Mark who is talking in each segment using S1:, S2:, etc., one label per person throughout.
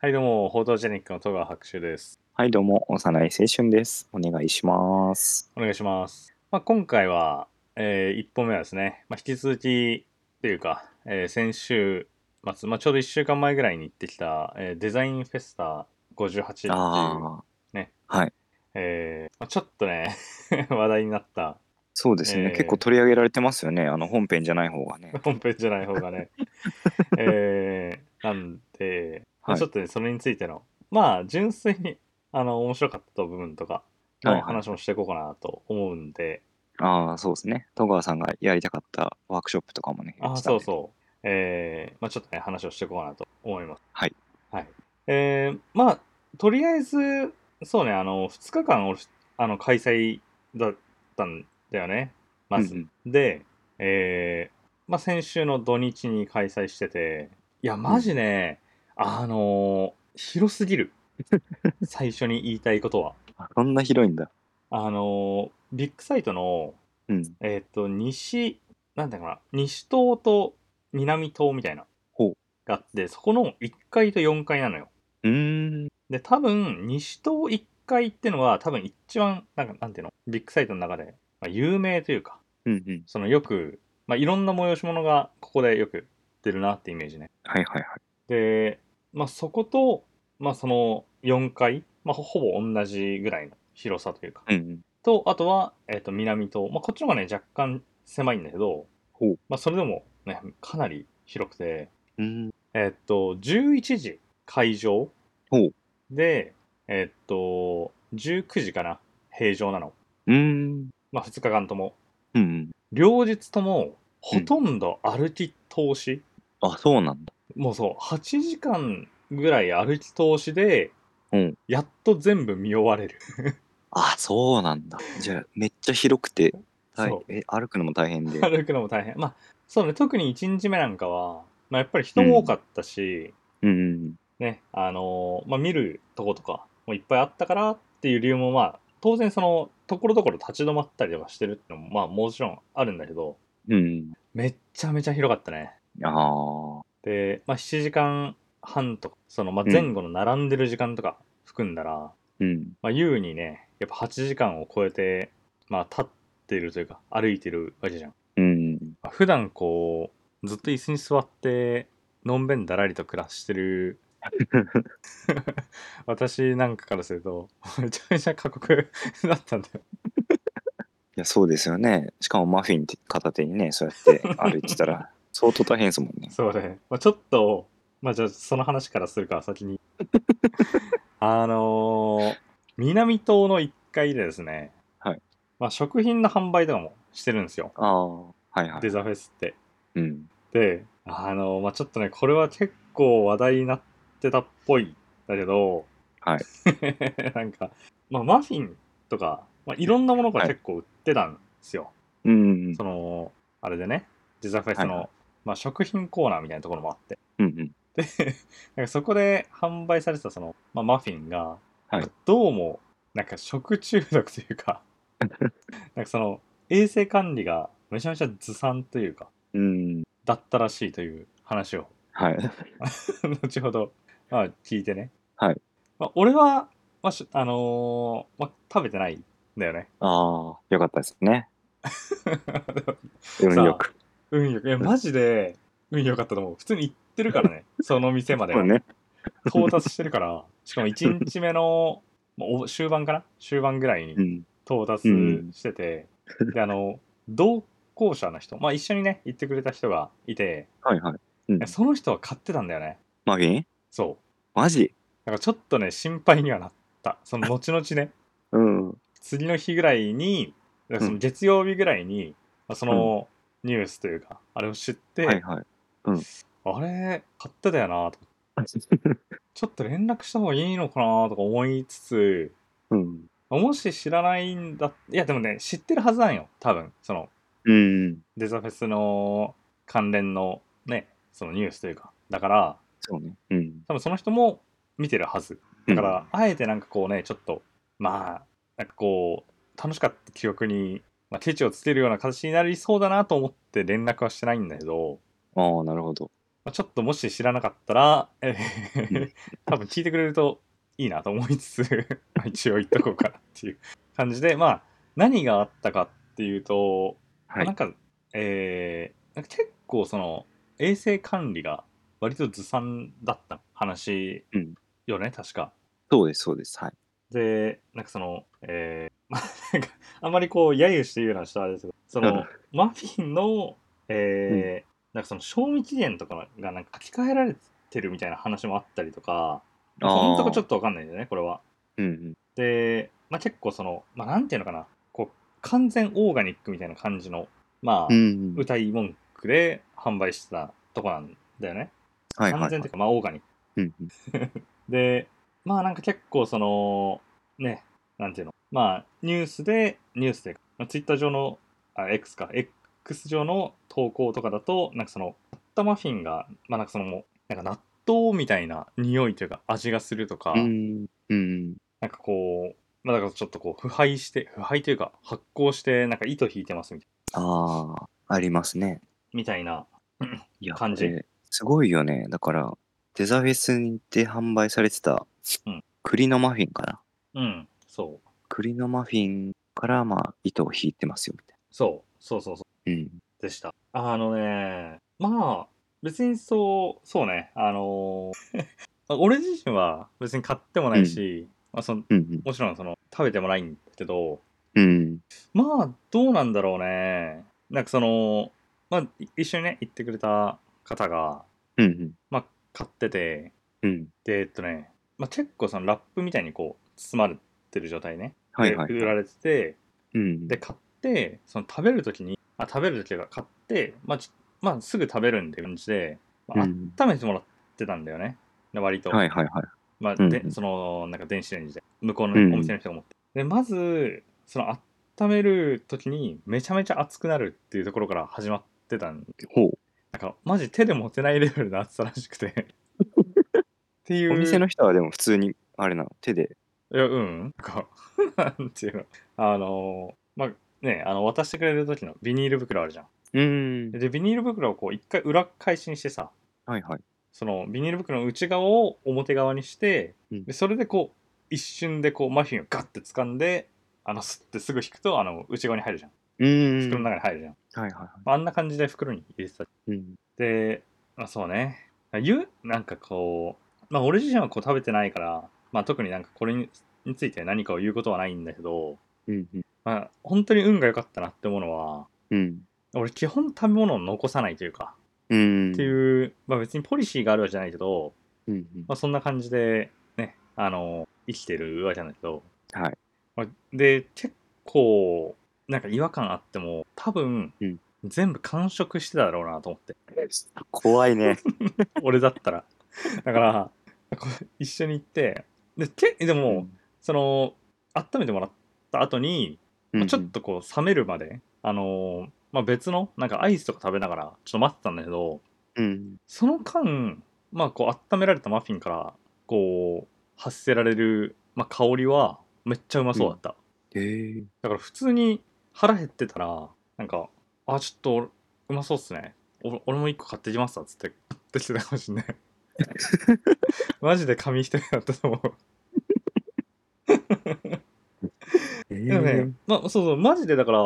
S1: はい、どうも、報道ジェニックの戸川博修です。
S2: はい、どうも、幼い青春です。お願いします。
S1: お願いします。まあ、今回は、え1本目はですね、まあ、引き続きというか、えー先週末、まあ、ちょうど1週間前ぐらいに行ってきた、えーデザインフェスタ58っていう、
S2: ああ、
S1: ね。
S2: はい。
S1: えーまあ、ちょっとね、 話題になった
S2: そうですね、
S1: えー
S2: 結構取り上げられてますよね。あの本編じゃない方 がね。
S1: 本編じゃない方が ね。えーなんで、まあ
S2: はい
S1: ちょっとね、それについての、まあ、純粋に、あの、面白かった部分とか、
S2: はい
S1: の
S2: はい
S1: 話もしていこうかなと思うんで、
S2: ああ、そうですね。戸川さんがやりたかったワークショップとかもね。
S1: あ、
S2: したん
S1: そう
S2: で
S1: そう。えー、まあちょっとね、話をしていこうかなと思います。
S2: はい。
S1: はい。えー、まあとりあえず、そうね、あの、2日間、俺、あの、開催だったんだよね、まず。
S2: うんうん
S1: で、えー、まあ先週の土日に開催してて、いや、マジね、あのー広すぎ る。最初に言いたいことは。
S2: あそんな広いんだ。
S1: あのービッグサイトの、
S2: うん。
S1: えーっと、西、なんだかな、西棟と南棟みたいな、
S2: ほう
S1: があって、そこの1階と4階なのよ。
S2: うーん。
S1: で、多分、西棟1階ってのは、多分一番、なんか、なんていうの、ビッグサイトの中で、まあ、有名というか、
S2: うんうん。
S1: そのよく、まあ、いろんな催し物がここでよく出るなってイメージね。
S2: はいはいはい。
S1: で、まあ、そこと、まあ、その4階、まあ、ほほぼ同じぐらいの広さというか、
S2: うんうん。
S1: と、あとは、えっ、と、南棟。まあ、こっちの方がね、若干狭いんだけど、
S2: ほう
S1: まあ、それでもね、かなり広くて、
S2: うーん。
S1: えっ、と、11時会場
S2: ほう
S1: で、えっ、と、19時かな、平常なの。
S2: うーん。
S1: まあ、2日間とも。
S2: うんうん。
S1: 両日とも、ほとんど歩き通し、
S2: あ、そうなんだ。
S1: もうそう、8時間ぐらい歩き通しで、
S2: うん
S1: やっと全部見終われる。
S2: あ、そうなんだ。じゃあ、めっちゃ広くて、はい
S1: そう、
S2: え歩くのも大 変で。
S1: 歩くのも大変まあそうね特に1日目なんかは、まあ、やっぱり人も多かったし、
S2: うんうん。
S1: ねあのーまあ、見るとことかもいっぱいあったからっていう理由もまあ当然そのところどころ立ち止まったりとかしてるってのもまあもちろんあるんだけど
S2: うん
S1: めっちゃめちゃ広かったね
S2: うん。ああ。
S1: で、まあ、7時間半とかそのまあ
S2: うん
S1: 前後の並んでる時間とか含んだら、
S2: うん。
S1: まあ、優にねやっぱ8時間を超えて、まあ、立っているというか歩いてるわけじゃん
S2: うん。
S1: まあ普段こうずっと椅子に座ってのんべんだらりと暮らして る私なんかからするとめちゃめちゃ過酷だったんだよ
S2: いや、そうですよね。しかもマフィンって片手にね、そうやって歩いて たら、相当大変ですもんね。
S1: そうね、まあ、ちょっとまあじゃあその話からするから先に あのー南棟の1階でですね、
S2: はい
S1: まあ、食品の販売とかもしてるんですよ
S2: ああ、はいは
S1: デ
S2: い。
S1: ザフェスって
S2: うん。
S1: であのまあちょっとねこれは結構話題になってたっぽいんだけど
S2: はい
S1: なんか、まあ、マフィンとか、まあ、いろんなものが
S2: はい
S1: 結構売ってたんですよ、
S2: うん。
S1: そのあれでねデザフェスの、
S2: はいは
S1: まあ、食品コーナーみたいなところもあって
S2: うん。
S1: なんかそこで販売されてたその、まあ、マフィンが、
S2: はい
S1: どうもなんか食中毒という かなんかその衛生管理がめちゃめちゃずさんというか
S2: うん。うん。
S1: だったらしいという話を
S2: はい。
S1: 後ほど、まあ、聞いてね。
S2: はい。
S1: まあ、俺は、まあ、しあのーまあ、食べてないんだよね。
S2: ああ、よかったです ね。運よく。
S1: 運よく。いや、マジで、運良かったと思う。普通に行ってる からね。その店まで
S2: そう。ね。
S1: 到達してるから。しかも1日目 の、まあ、お終盤かな終盤ぐらいに
S2: うん。
S1: 到達してて。で、あの、同行者の人、まあ、一緒にね、行ってくれた人がいて、
S2: はいはい。うん
S1: いや、その人は買ってたんだよね。
S2: マフィン
S1: そう。
S2: マジ
S1: だからちょっとね、心配にはなった。そ の後々ね。
S2: うん。
S1: 次の日ぐらいにだからその
S2: うん
S1: 月曜日ぐらいに、まあそのニュースというか、あれを知って、
S2: はいはい。
S1: あれ買ってたよ なとちょっと連絡した方がいいのかなとか思いつつ
S2: うん。
S1: もし知らないんだいやでもね知ってるはずなんよ多分その
S2: うん。
S1: デザフェスの関連のねそのニュースというかだから
S2: そうね。うん。
S1: 多分その人も見てるはずだから、あえてなんかこうねちょっとまあなんかこう楽しかった記憶に、まあ、ケチをつけるような形になりそうだなと思って連絡はしてないんだけど
S2: うん。ああ、なるほど。
S1: まあ、ちょっともし知らなかったら、え
S2: う
S1: ー多分聞いてくれるといいなと思いつ つ、まあ一応言っとこうかなっていう感じで、まあ、何があったかっていうと、
S2: はい
S1: なんか、えーなんか結構その、衛生管理が割とずさんだった話
S2: うん
S1: よね、確か。
S2: そうです、そうです。はい。
S1: で、なんかその、えー、ま あ、なんか、あんまりこう、揶揄して言うのはちょっとあれですけど、その、マフィンの、えーなんかその、賞味期限とかがなんか書き換えられてるみたいな話もあったりとか、本当かちょっ
S2: と。
S1: とわかんないんだよね、これは。
S2: うんうん。
S1: で、まあ結構その、まあなんていうのかな、こう、完全オーガニックみたいな感じの、まあ、
S2: うんうん。
S1: 歌い文句で販売してたとこなんだよね。
S2: はいはい
S1: 完
S2: は
S1: 全ってい。
S2: いう
S1: か、まあオーガニック。
S2: うんうん
S1: で、まあなんか結構その、ね、なんていうの、まあニュースで、ニュースで、まあ、ツイッター上の、あ、X か、X 上の投稿とかだと、なんかその、買ったマフィンが、まあなんかそのもう、なんか納豆みたいな匂いというか味がするとか、
S2: うんうん。
S1: なんかこう、まあだからちょっとこう、腐敗して、腐敗というか発酵して、なんか糸引いてますみたい
S2: ああ、ありますね。
S1: みたいな、
S2: いや、
S1: 感じ
S2: これすごいよね。だから、デザフェスにて販売されてた
S1: うん、
S2: 栗のマフィンかな。
S1: うん、そう、
S2: 栗のマフィンから、まあ、糸を引いてますよ、みた
S1: そう、そうそうそう。
S2: いな。うん。
S1: でした。あのね、まあ、別にそう、そうね、あのー まあ俺自身は別に買ってもないし、まあ、その
S2: うん
S1: もちろんその食べてもないんだけど、
S2: うん。うん。
S1: まあ、どうなんだろうね。なんかその、まあ、い一緒にね、行ってくれた方が、
S2: うんうん。
S1: まあ、買ってて、
S2: うん。
S1: で、えっとね、まあ、結構そのラップみたいにこう、包まれてる状態ね。
S2: はいはい
S1: で売られてて、
S2: うん。
S1: で、買って、その食べるときに、あ、食べるときは買って、まあ、ちまあ、すぐ食べるんで感じで、まあ、
S2: うん
S1: 温めてもらってたんだよね。で割と。
S2: はいはいはい。
S1: まあ、
S2: うん
S1: で、その、なんか電子レンジで、向こうの
S2: うん
S1: お店の人が持って。で、まず、その、温めるときに、めちゃめちゃ熱くなるっていうところから始まってたん
S2: ほう。
S1: なんか、マジ手で持てないレベルの熱さらしくて。っていう。
S2: お店の人はでも普通に、あれなの、手で。
S1: いや、うん。なんか、 なんていうの。あの、まあ、ね、あの、渡してくれる時のビニール袋あるじゃん。
S2: うん。
S1: でビニール袋をこう一回裏返しにしてさ
S2: はいはい。
S1: そのビニール袋の内側を表側にして、
S2: うん
S1: でそれでこう一瞬でこうマフィンをガッて掴んであのスッてすぐ引くとあの内側に入るじゃん
S2: うん。
S1: 袋の
S2: はい
S1: 中に入るじゃん、
S2: はいは
S1: あんな感じで袋に入れてた
S2: い。うん。
S1: で、まあ、そうね言うなんかこうまあ俺自身はこう食べてないから、まあ、特になんかこれにについて何かを言うことはないんだけど、
S2: うんうん。
S1: まあ、本当に運が良かったなって思うのは
S2: うん。
S1: 俺基本食べ物を残さないというか
S2: うん。
S1: って
S2: う。
S1: いう、まあ、別にポリシーがあるわけじゃないけど、
S2: うんうん。
S1: まあ、そんな感じでねあの生きてるわけなんだけど、
S2: はい
S1: まあ、で結構なんか違和感あっても多分、
S2: うん
S1: 全部完食してただろうなと思って
S2: 怖いね。
S1: 俺だったら だからこう一緒に行ってでけでも、その温めてもらった後に、
S2: うん、
S1: まあちょっとこう冷めるまであの、まあ、別のなんかアイスとか食べながらちょっと待ってたんだけど、
S2: うん。
S1: その間、まあ、こう、温められたマフィンから、こう、発せられる、まあ、香りは、めっちゃうまそうだった。
S2: ええ。
S1: だから、普通に腹減ってたら、なんか、あ、ちょっと、うまそうっすね。お俺も一個買ってきますわ、つって、買ってきてたかもしんない。マジで紙一重だったと思う。
S2: え
S1: でもね、まあ、そうそう、マジでだから、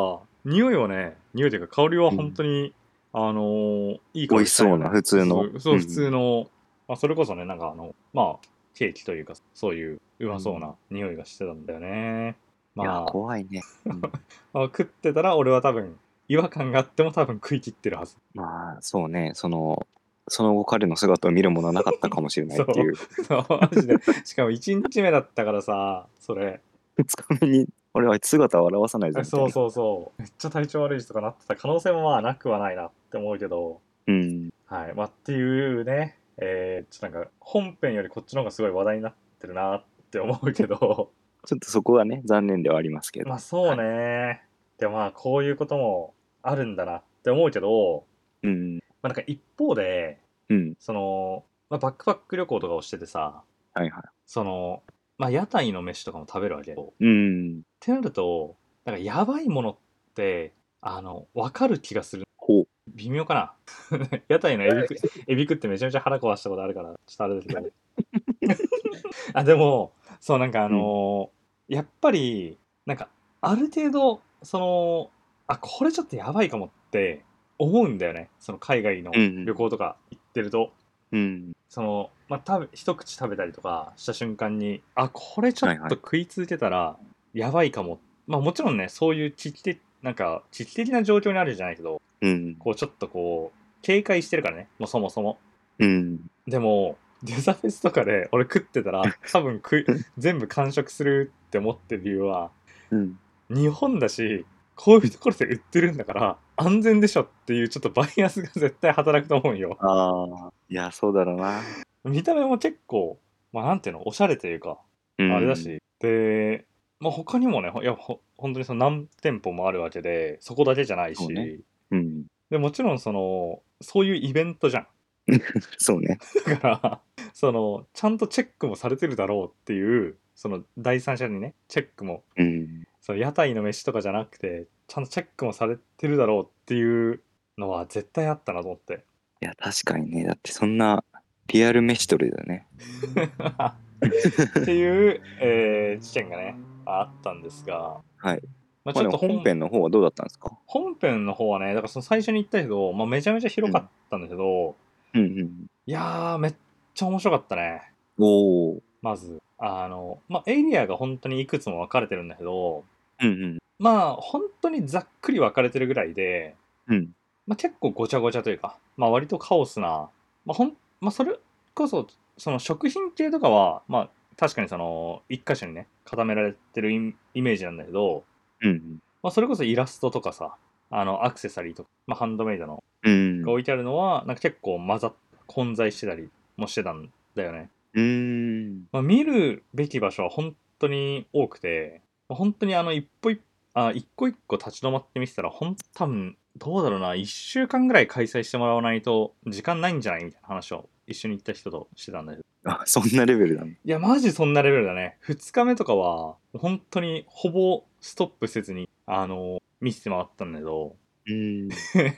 S1: 匂いはね、匂いというか、香りは本当に、あのーいい香りしたよね
S2: 美味しそうな普通の
S1: そうそう
S2: うん
S1: 普通の、まあ、それこそね、なんかあの、まあ、ケーキというか、そういううまそうな匂いがしてたんだよね。
S2: いや
S1: まあ、
S2: 怖いね。 うん
S1: まあ、食ってたら、俺は多分、違和感があっても多分食い切ってるはず。
S2: まあそうね、その、その後彼の姿を見るものはなかったかもしれないっていう、
S1: そうマジで。しかも1日目だったからさ、それ。
S2: 2日目に俺は姿を現さないぞみたい
S1: そ
S2: な。
S1: うそうそう。めっちゃ体調悪い人とかなってた可能性もまあなくはないなって思うけど、
S2: うん。
S1: はい。まあ、っていうね、えー、ちょっとなんか、本編よりこっちの方がすごい話題になってるなって思うけど、
S2: ちょっとそこはね、残念ではありますけど。
S1: まあ、そうね。で、まあ、こういうこともあるんだなって思うけど、
S2: うん。
S1: まあ、なんか一方で、
S2: うん。
S1: その、まあ、バックパック旅行とかをしててさ、
S2: はいは
S1: その、まあ、屋台の飯とかも食べるわけよ。っ
S2: い。うん。
S1: てなると、なんか、やばいものって、あの、わかる気がする。
S2: ほう。
S1: 微妙かな 屋台のエビ食エビ食ってめちゃめちゃ腹壊したことあるからちょっとあれですけど あでもそうなんかあのーやっぱりなんかある程度そのあこれちょっとやばいかもって思うんだよねその海外の
S2: うんうん
S1: 旅行とか行ってると、
S2: うん。
S1: その、まあ、食べ一口食べたりとかした瞬間にあこれちょ
S2: は
S1: っ
S2: いはい
S1: と食い続けたらやばいかも、まあもちろんねそういう知識的なんか知識的な状況にあるじゃないけど
S2: うん。
S1: こうちょっとこう警戒してるからねもうそもそも
S2: うん。
S1: でもデザフェスとかで俺食ってたら 多分食い全部完食するって思ってる理由は
S2: うん。
S1: 日本だしこういうところで売ってるんだから安全でしょっていうちょっとバイアスが 絶対働くと思うよ
S2: ああ。いや、そうだろうな。
S1: 見た目も結構まあなんていうのおしゃれというか
S2: うん
S1: あれだし、。で、まあ、他にもねほいやほ本当にその何店舗もあるわけでそこだけじゃない
S2: そ
S1: し、
S2: うねうん。
S1: でもちろんそのそういうイベントじゃん
S2: そうね。
S1: だからそのちゃんとチェックもされてるだろうっていうその第三者にねチェックも
S2: うん。
S1: その屋台の飯とかじゃなくてちゃんとチェックもされてるだろうっていうのは絶対あったなと思って
S2: いや、確かにね。だってそんなリアルメシトルだよね。
S1: っていう、えー事件がねあったんですが、
S2: はい。
S1: まあ、
S2: まあ、
S1: ち
S2: で
S1: ょっ
S2: も
S1: と
S2: 本編の方はどうだったんですか
S1: 本編の方はねだからその最初に言ったけど、まあ、めちゃめちゃ広かったんだけど、
S2: うんうん。
S1: いやーめっちゃ面白かったね
S2: おお。
S1: まずあの、まあ、エリアが本当にいくつも分かれてるんだけど
S2: うん
S1: まあ本当にざっくり分かれてるぐらいで、
S2: うん。うん。
S1: まあ、結構ごちゃごちゃというか、まあ、割とカオスな、まあほんまあ、それこそその食品系とかは、まあ、確かにその一箇所にね固められてるインイメージなんだけど、
S2: うん
S1: まあ、それこそイラストとかさあのアクセサリーとか、まあ、ハンドメイドの
S2: うん。
S1: が置いてあるのはなんか結構混ざっ混在してたりもしてたんだよね、
S2: うん。
S1: まあ、見るべき場所は本当に多くてまあ本当にあの一歩一あ一個一個立ち止まってみてたらほん多分どうだろうな1週間ぐらい開催してもらわないと時間ないんじゃないみたいな話を一緒に行った人としてたんだけど
S2: あ、そんなレベルだね。
S1: いやマジそんなレベルだね2日目とかは本当にほぼストップせずにあの見せてもらったんだけど
S2: うん。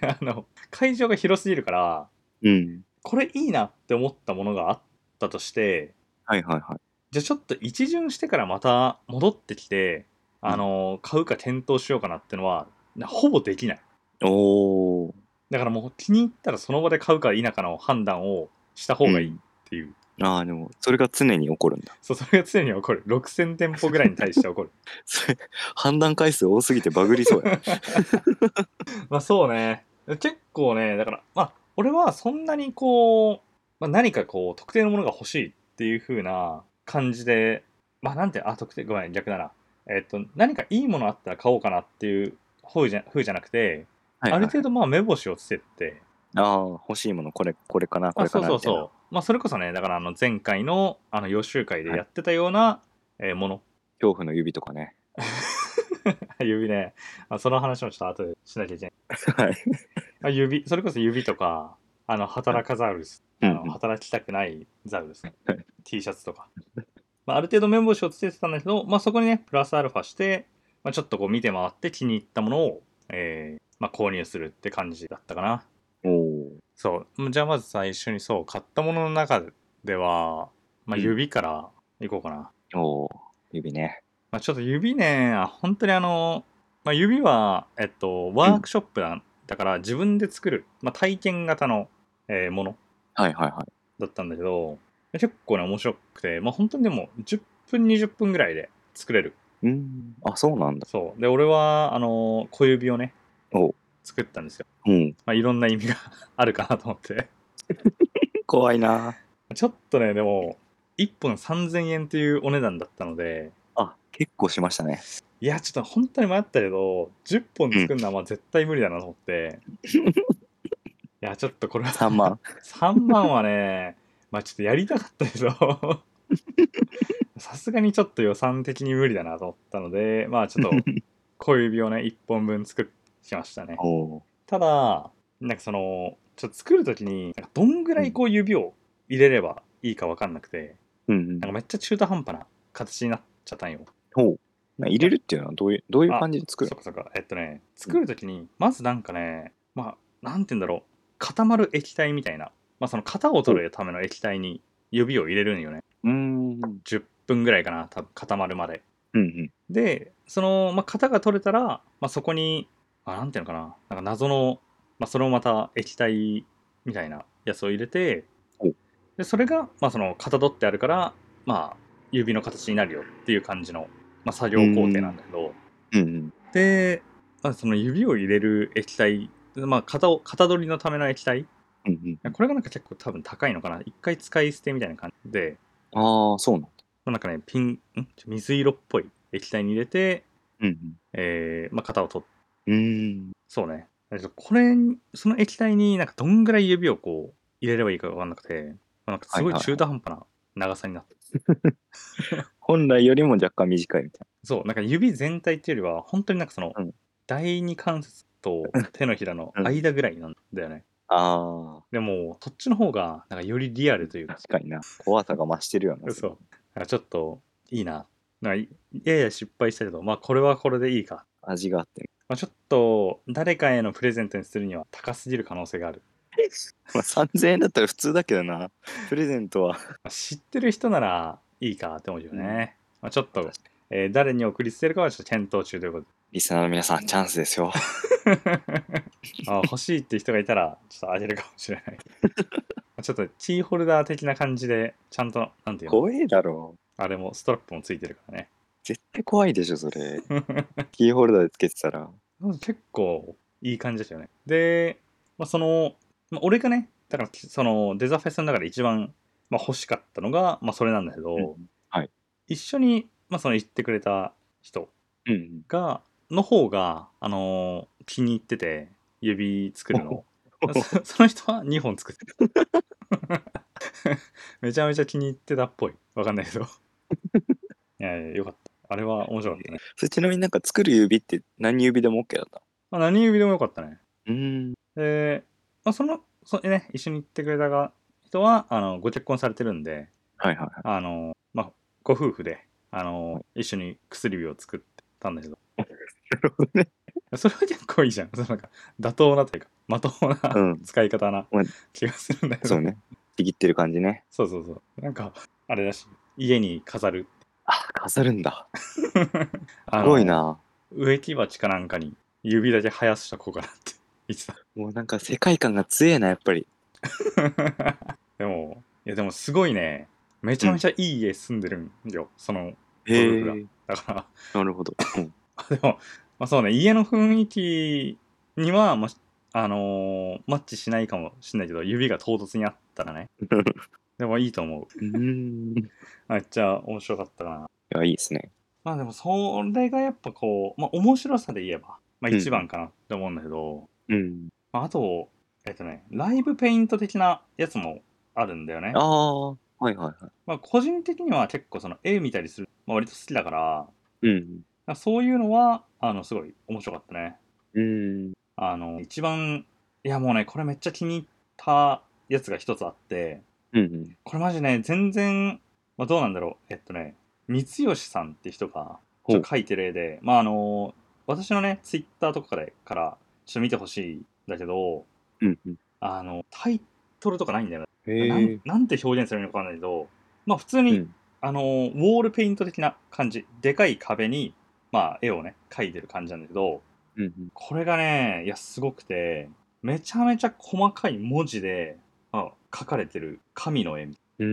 S1: あの会場が広すぎるから
S2: うん。
S1: これいいなって思ったものがあったとして
S2: はいはいはい。
S1: じゃあちょっと一巡してからまた戻ってきてあの、買うか検討しようかなってのはなほぼできない
S2: おお。
S1: だからもう気に入ったらその場で買うか否かの判断をした方がいいっていう、
S2: ああ、でも、それが常に起こるんだ。
S1: そうそれが常に起こる6000店舗ぐらいに対して起こる
S2: それ、判断回数多すぎてバグりそうや。
S1: まあそうね結構ねだからまあ俺はそんなにこう、まあ、何かこう特定のものが欲しいっていう風な感じでまあなんてあ特定ごめん逆だなえっと何かいいものあったら買おうかなっていう風じゃ風じゃなくて、
S2: はいはい
S1: ある程度まあ目星をつけて
S2: ああ、欲しいもの、これ、これかな、こ
S1: あ
S2: れ
S1: そ
S2: か
S1: う
S2: な。
S1: そうそうまあそれこそねだからあの前回のあの予習会でやってたような、えーもの
S2: みたいな恐怖の指とかね。
S1: 指ねあその話もちょっと後でしなきゃいけない
S2: はい。
S1: あ指それこそ指とかあの働かざる
S2: う
S1: あ
S2: ん
S1: の働きたくないザウルス、ね、T シャツとか、まあ、ある程度目星をつけてたんだけど、まあ、そこにねプラスアルファして、まあ、ちょっとこう見て回って気に入ったものを、えーまあ、購入するって感じだったかな
S2: うん。おお。
S1: そうじゃあまず最初にそう買ったものの中では、まあ、
S2: うん
S1: 指からいこうかな、
S2: おお。指ね。
S1: まあ、ちょっと指ねあ本当にあの、まあ、指は、えっと、ワークショップだ,、だから自分で作る、まあ、体験型の、えーもの
S2: はいはいはい。
S1: だったんだけど結構ね面白くてまあ本当にでも10分20分ぐらいで作れる
S2: うん。あ、そうなんだ。
S1: そうで俺はあのー小指をね
S2: お
S1: 作ったんですよ、
S2: うん。
S1: まあ、いろんな意味が あるかなと思って
S2: 怖いな。
S1: ちょっとねでも1本3000円というお値段だったので
S2: あ、結構しましたね。
S1: いやちょっと本当に迷ったけど10本作るのはまあ絶対無理だなと思って、いやちょっとこれは
S2: 3万。
S1: 3万はね、まあちょっとやりたかったけど、さすがにちょっと予算的に無理だなと思ったので、まあちょっと小指をね、1本分作ってきましたね。
S2: おお。
S1: ただ、なんかその、ちょっと作るときに、なんかどんぐらいこう指を入れればいいかわかんなくて、
S2: うんうん
S1: なんか。めっちゃ中途半端な形になっちゃったんよ。
S2: ほう。な入れるっていうのはどういう、どういう感じで作る
S1: そっかそっか。えっとね、作るときに、まずなんかね、まあ、なんて言うんだろう、固まる液体みたいな、まあ、その型を取るための液体に指を入れるんよね。
S2: うーん。
S1: 10分ぐらいかな、多分固まるまで。
S2: うんうん。
S1: で、その、まあ、型が取れたら、まあ、そこに、あ、なんていうのかな、なんか謎の、まあ、それをまた液体みたいなやつを入れて
S2: お、
S1: で、それが、まあ、その、型取ってあるから、まあ、指の形になるよっていう感じの、まあ、作業工程なんだけど、
S2: うんうん。
S1: で、まあ、その指を入れる液体、まあ、型を、型取りのための液体、
S2: うんうん。
S1: これがなんか結構多分高いのかな。一回使い捨てみたいな感じで、
S2: ああ、そうなんだ。
S1: まあなんかね、ピン、んちょ水色っぽい液体に入れて、
S2: うん
S1: えー、まあ、型を取っ
S2: うん。うーん。
S1: そうね。えっとこれ、その液体になんかどんぐらい指をこう入れればいいかわかんなくて、まあなんかすごい
S2: はいはいはい
S1: 中途半端な長さになって、
S2: 本来よりも若干短いみたい
S1: そう、なんか指全体っていうよりは、本当になんかその、
S2: うん
S1: 第二関節と手のひらの
S2: うん
S1: 間ぐらいなんだよね。
S2: な。ああ、
S1: でも、そっちの方が、なんかよりリアルというか、
S2: 確かにな。怖さが増してるよな。
S1: そう。なんかちょっといいな。なんかやや失敗したけど、まあこれはこれでいいか。
S2: 味があって。
S1: まあ、ちょっと誰かへのプレゼントにするには高すぎる可能性がある。
S2: まあ、3000円だったら普通だけどな。プレゼントは。
S1: まあ知ってる人ならいいかって思うよね。
S2: うん
S1: まあ、ちょっと、えー誰に送りつけるかはちょっと検討中ということ
S2: リスナーの皆さん、チャンスですよ。
S1: で。 あ欲しいって人がいたら、ちょっとあげるかもしれない。まあちょっとキーホルダー的な感じで、ちゃんと、なんていうの、
S2: 怖えだろ。
S1: あれもストラップもついてるからね。
S2: 絶対怖いでしょ、そ れ。キーホルダーでつけてたら。
S1: 結構いい感じですよね。で、まあ、その、まあ、俺がね、だからそのデザフェスの中で一番、まあ、欲しかったのが、まあ、それなんだけど、
S2: うんはい
S1: 一緒に、まあ、その言ってくれた人
S2: うん。
S1: が、の方が、あのー気に入ってて、指作るの。そその人は2本作ってた。 めちゃめちゃ気に入ってたっぽい。わかんない けど。いやいや、よかった。あれは面白かったね。
S2: それちなみになんか作る指って何指でも OK だった
S1: まあ、何指でもよかったね。
S2: うーん。
S1: で、まあ、その、そね、一緒に行ってくれたが人は、あの、ご結婚されてるんで、
S2: はいはいはい。
S1: あの、まあ、ご夫婦で、あの、一緒に薬指を作ってたんだけど、
S2: なるほどね。
S1: それは結構いいじゃん。そのなんか、妥当なというか、まともな、
S2: うん
S1: 使い方な
S2: うん
S1: 気がするんだけど、
S2: そう ね。ちぎってる感じね。
S1: そうそうそう。なんか、あれだしい、家に飾る。
S2: あ、飾るんだ。
S1: あ
S2: す
S1: の
S2: ごい。な。
S1: 植木鉢かなんかに指だけ生やしとこうかなって 言ってた。
S2: もうなんか世界観が強えな、やっぱり。
S1: でも、いやでもすごいね、めちゃめちゃいい家住んでるんよ、その
S2: へえ。
S1: だから、
S2: なるほど。うん
S1: あ でも、まあそうね、家の雰囲気には、まあ、あのーマッチしないかもしれないけど、指が唐突にあったら ね。でもいいと思。
S2: うーん。いう
S1: めっちゃ面白かったかな。
S2: や、いいですね。
S1: まあでも、それがやっぱこう、まあ面白さで言えば、まあ一番かなって思うんだけど、
S2: うん。
S1: まあ、あと、えっとね、ライブペイント的なやつもあるんだよね。
S2: ああ、はいはいは
S1: まあ個人的には結構その絵見たりする、まあ、割と好きだから、
S2: い。うん。
S1: なんかそういうのは、あの、すごい面白かったね。
S2: うん。
S1: あの、一番、いやもうね、これめっちゃ気に入ったやつが一つあって、
S2: うん。
S1: これマジね、全然、まあ、どうなんだろう。えっとね、三吉さんって人が、
S2: ほう
S1: ちょっと書いてる絵で、まああの、私のね、ツイッターとかでから、ちょっと見てほしいんだけど、
S2: うん。うん
S1: あの、タイトルとかないんだよね。
S2: へ
S1: な
S2: え
S1: ん。なんて表現するのかわかんないけど、まあ普通
S2: う
S1: に、
S2: ん。
S1: あのーウォールペイント的な感じでかい壁に、まあ、絵をね描いてる感じなんだけど
S2: うん。
S1: これがねいやすごくてめちゃめちゃ細かい文字で、まあ、描かれてる神の絵みたい
S2: う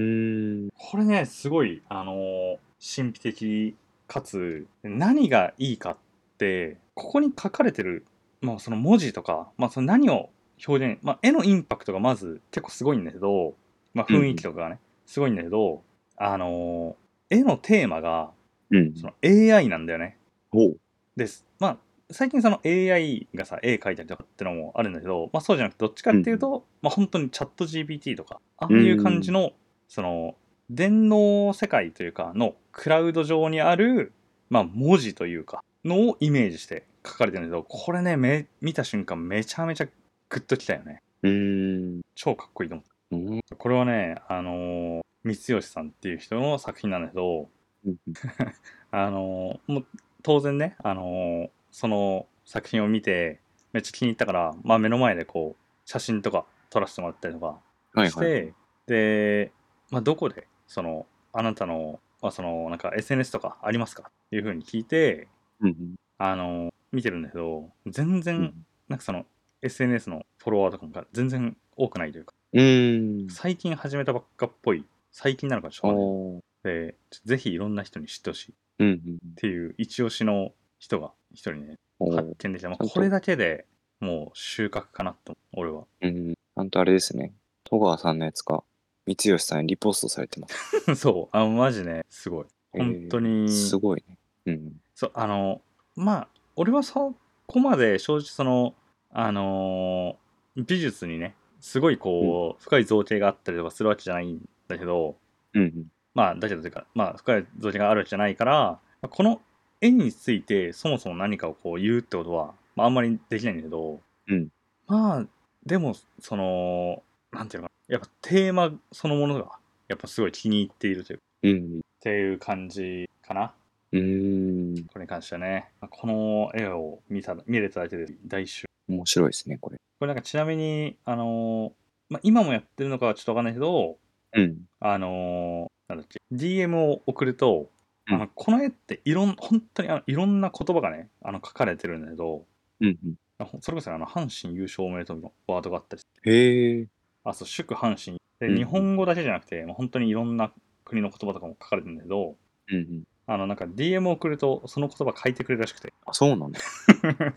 S2: ん。
S1: これねすごい、あのー神秘的かつ何がいいかってここに書かれてる、まあ、その文字とか、まあ、その何を表現、まあ、絵のインパクトがまず結構すごいんだけど、まあ、雰囲気とかがね、すごいんだけど、あのー絵のテーマが
S2: うん
S1: その AI なんだよね。
S2: おう。
S1: です。まあ、最近その AI がさ、絵描いたりとかってのもあるんだけど、まあそうじゃなくて、どっちかっていうと、まあ本当にチャット GPT とか、ああいう感じの、その、電脳世界というか、のクラウド上にある、まあ文字というか、のをイメージして書かれてるんだけど、これね、め見た瞬間めちゃめちゃグッときたよね。
S2: うーん。
S1: 超かっこいいと思っ
S2: うん。
S1: た。これはね、あのー三吉さんっていう人の作品なんだけど、
S2: うん
S1: あのもう当然ね、あのその作品を見てめっちゃ気に入ったから、まあ、目の前でこう写真とか撮らせてもらったりとか
S2: はい
S1: して、
S2: はい。
S1: で、まあ、どこでそのあなたの,、まあ、そのなんか SNS とかありますかっていうふうに聞いて
S2: うん
S1: あの見てるんだけど全
S2: う
S1: 然、
S2: ん。
S1: なんかその SNS のフォロワーとかが全然多くないというか
S2: うん。
S1: 最近始めたばっかっぽい最近なのかちょっとわかんない
S2: おー
S1: でぜひいろんな人に知ってほしいっ
S2: うんうん。
S1: ていう一押しの人が一人ね
S2: おー
S1: 発見できた、まあ、
S2: ちゃんと
S1: これだけでもう収穫かなと俺は
S2: うん。ちゃんとあれですね。戸川さんのやつか、三吉さんにリポストされてます。
S1: そうあマジねすごい本当に
S2: えーすごいね。うん。
S1: そうあのまあ俺はそこまで正直そのあのー美術にねすごいこう、深い造形があったりとかするわけじゃないんだけど
S2: うん
S1: まあだけどというかまあ深い造形があるわけじゃないからまあこの絵についてそもそも何かをこう言うってことは、まあ、あんまりできないんだけど、
S2: うん
S1: まあでもそのなんていうのかなやっぱテーマそのものがやっぱすごい気に入っているという
S2: うん。うん
S1: っていう感じかな。
S2: うん。うん。
S1: これに関してはね、まあこの絵を見た見れただけで大集。
S2: 面白いですね、これ。
S1: これなんかちなみに、あのーまあ、今もやってるのかはちょっとわかんないけど、
S2: うん。
S1: あのーなんだっけ、DM を送ると、
S2: うん
S1: あのこの絵っていろん、本当にあのいろんな言葉がね、あの書かれてるんだけど、
S2: うんうん。
S1: あほそれこそあの阪神優勝おめでとうのワードがあったりして
S2: へえ。
S1: あ、そう、祝阪神。で、
S2: うん
S1: 日本語だけじゃなくて、まあ本当にいろんな国の言葉とかも書かれてるんだけど、
S2: うんうん。
S1: あの、なんか DM を送ると、その言葉書いてくれるらしくて。
S2: あ、そうなんだ。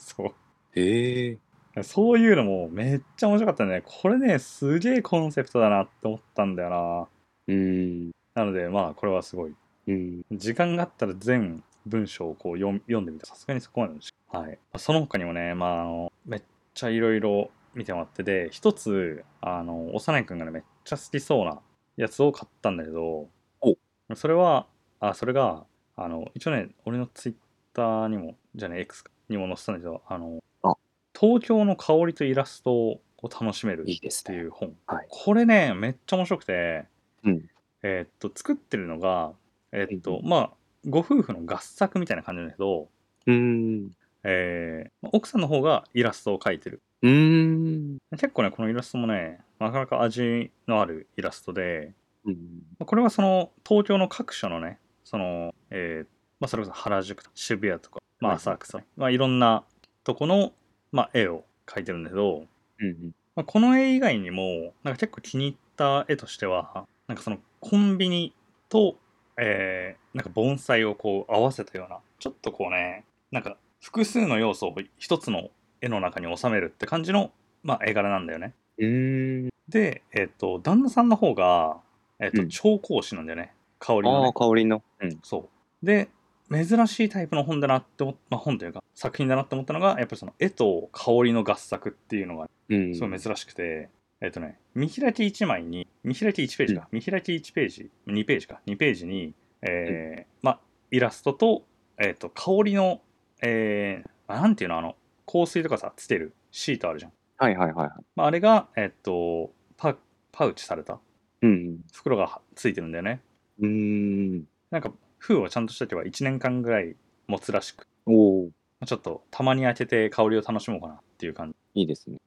S1: そう。
S2: へえ。
S1: そういうのもめっちゃ面白かったね。これね、すげえコンセプトだなって思ったんだよ
S2: うん。
S1: な。なので、まあ、これはすごい。
S2: うん。
S1: 時間があったら全文章をこう読み読んでみた。さすがにそこまでのしはい。その他にもね、まあ、あの、めっちゃいろいろ見てもらってで、一つ、あの、幼いくんがね、めっちゃ好きそうなやつを買ったんだけど、
S2: お
S1: それは、あ、それが、あの、一応ね、俺のツイッターにも、じゃあね、X かにも載せたんだけど、あの、
S2: あ
S1: 東京の香りとイラストを楽しめる
S2: いいです
S1: って
S2: ね。
S1: いう本、
S2: はい
S1: これねめっちゃ面白くて、
S2: うん
S1: えーっと作ってるのがえーっと、
S2: う
S1: まあご夫婦の合作みたいな感じなんだけど、
S2: うん。
S1: えーまあ奥さんの方がイラストを描いてる
S2: うん。
S1: 結構ねこのイラストもねなかなか味のあるイラストで
S2: うん。
S1: まあこれはその東京の各所のねその、えーまあ、それこそ原宿とか渋谷とか、まあ、
S2: はい
S1: 浅草、まあ、いろんなとこの、まあ、絵を描いてるんだけど、
S2: うん。
S1: まあ、この絵以外にもなんか結構気に入った絵としてはなんかそのコンビニと、えーなんか盆栽をこう合わせたようなちょっとこうねなんか複数の要素を一つの絵の中に収めるって感じの、まあ、絵柄なんだよね。
S2: うん。
S1: で、えっと旦那さんの方が、えっと
S2: うん
S1: 調香師なんだよね香りの
S2: ああ、
S1: ね。
S2: 香りの。うん。
S1: そうで珍しいタイプの本だなって思っ、まあ、本というか作品だなって思ったのがやっぱりその絵と香りの合作っていうのが
S2: うん。
S1: すごい珍しくて、えっとね、見開き1枚に、見開き1ページか、見開き1ページ、2ページか、2ページに、えーまあ、イラストと、えっと、香りの、えー、なんていうの、あの、香水とかさ、つけるシートあるじゃん。
S2: はいはいはいはい。
S1: まあ、あれが、えっと、パパウチされた
S2: うん。
S1: 袋がついてるんだよね。
S2: うん。
S1: なんか、封をちゃんとしとけば1年間ぐらい持つらしく、
S2: おお、
S1: ちょっとたまに開けて香りを楽しもうかなっていう感じ。
S2: いいですね。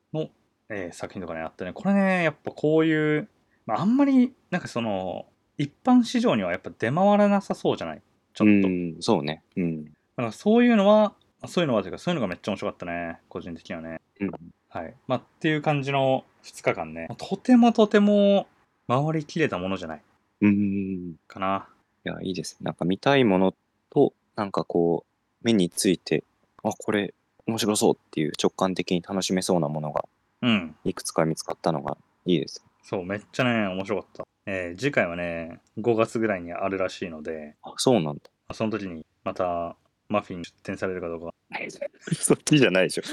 S1: えー作品とかねあってねこれねやっぱこういう、まあ、あんまりなんかその一般市場にはやっぱ出回らなさそうじゃないちょっと、
S2: うん、そうね。うん。
S1: だからそういうのはあそういうのはというかそういうのがめっちゃ面白かったね個人的にはね
S2: うん
S1: はいまあっていう感じの2日間ねとてもとても回りきれたものじゃない
S2: うん。い
S1: かな
S2: や、いいですね。なんか見たいものと、なんかこう、目について、あ、これ面白そうっていう直感的に楽しめそうなものが
S1: うん
S2: いくつか見つかったのがいいです。
S1: そうめっちゃね面白かった、えー次回はね5月ぐらいにあるらしいので
S2: あ、そうなんだ。
S1: まあその時にまたマフィン出店されるかどうか
S2: そっちじゃないでしょ。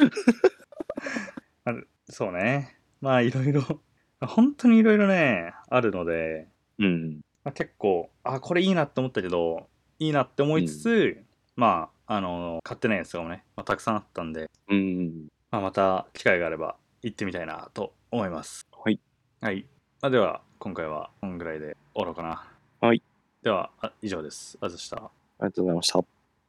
S1: そうね。まあいろい ろ、本当にいろいろね、あるので、
S2: うん。
S1: まあ、結構、あ、これいいなって思ったけど、いいなって思いつつ、まあ、あの、買ってないやつとかもね、まあ、たくさんあったんで、
S2: うん。
S1: まあ、また機会があれば行ってみたいなと思います。
S2: はい。
S1: はい。まあ、では、今回はこんぐらいで終わろうかな。
S2: はい。
S1: では、あ以上です。あずした。
S2: ありがとうございました。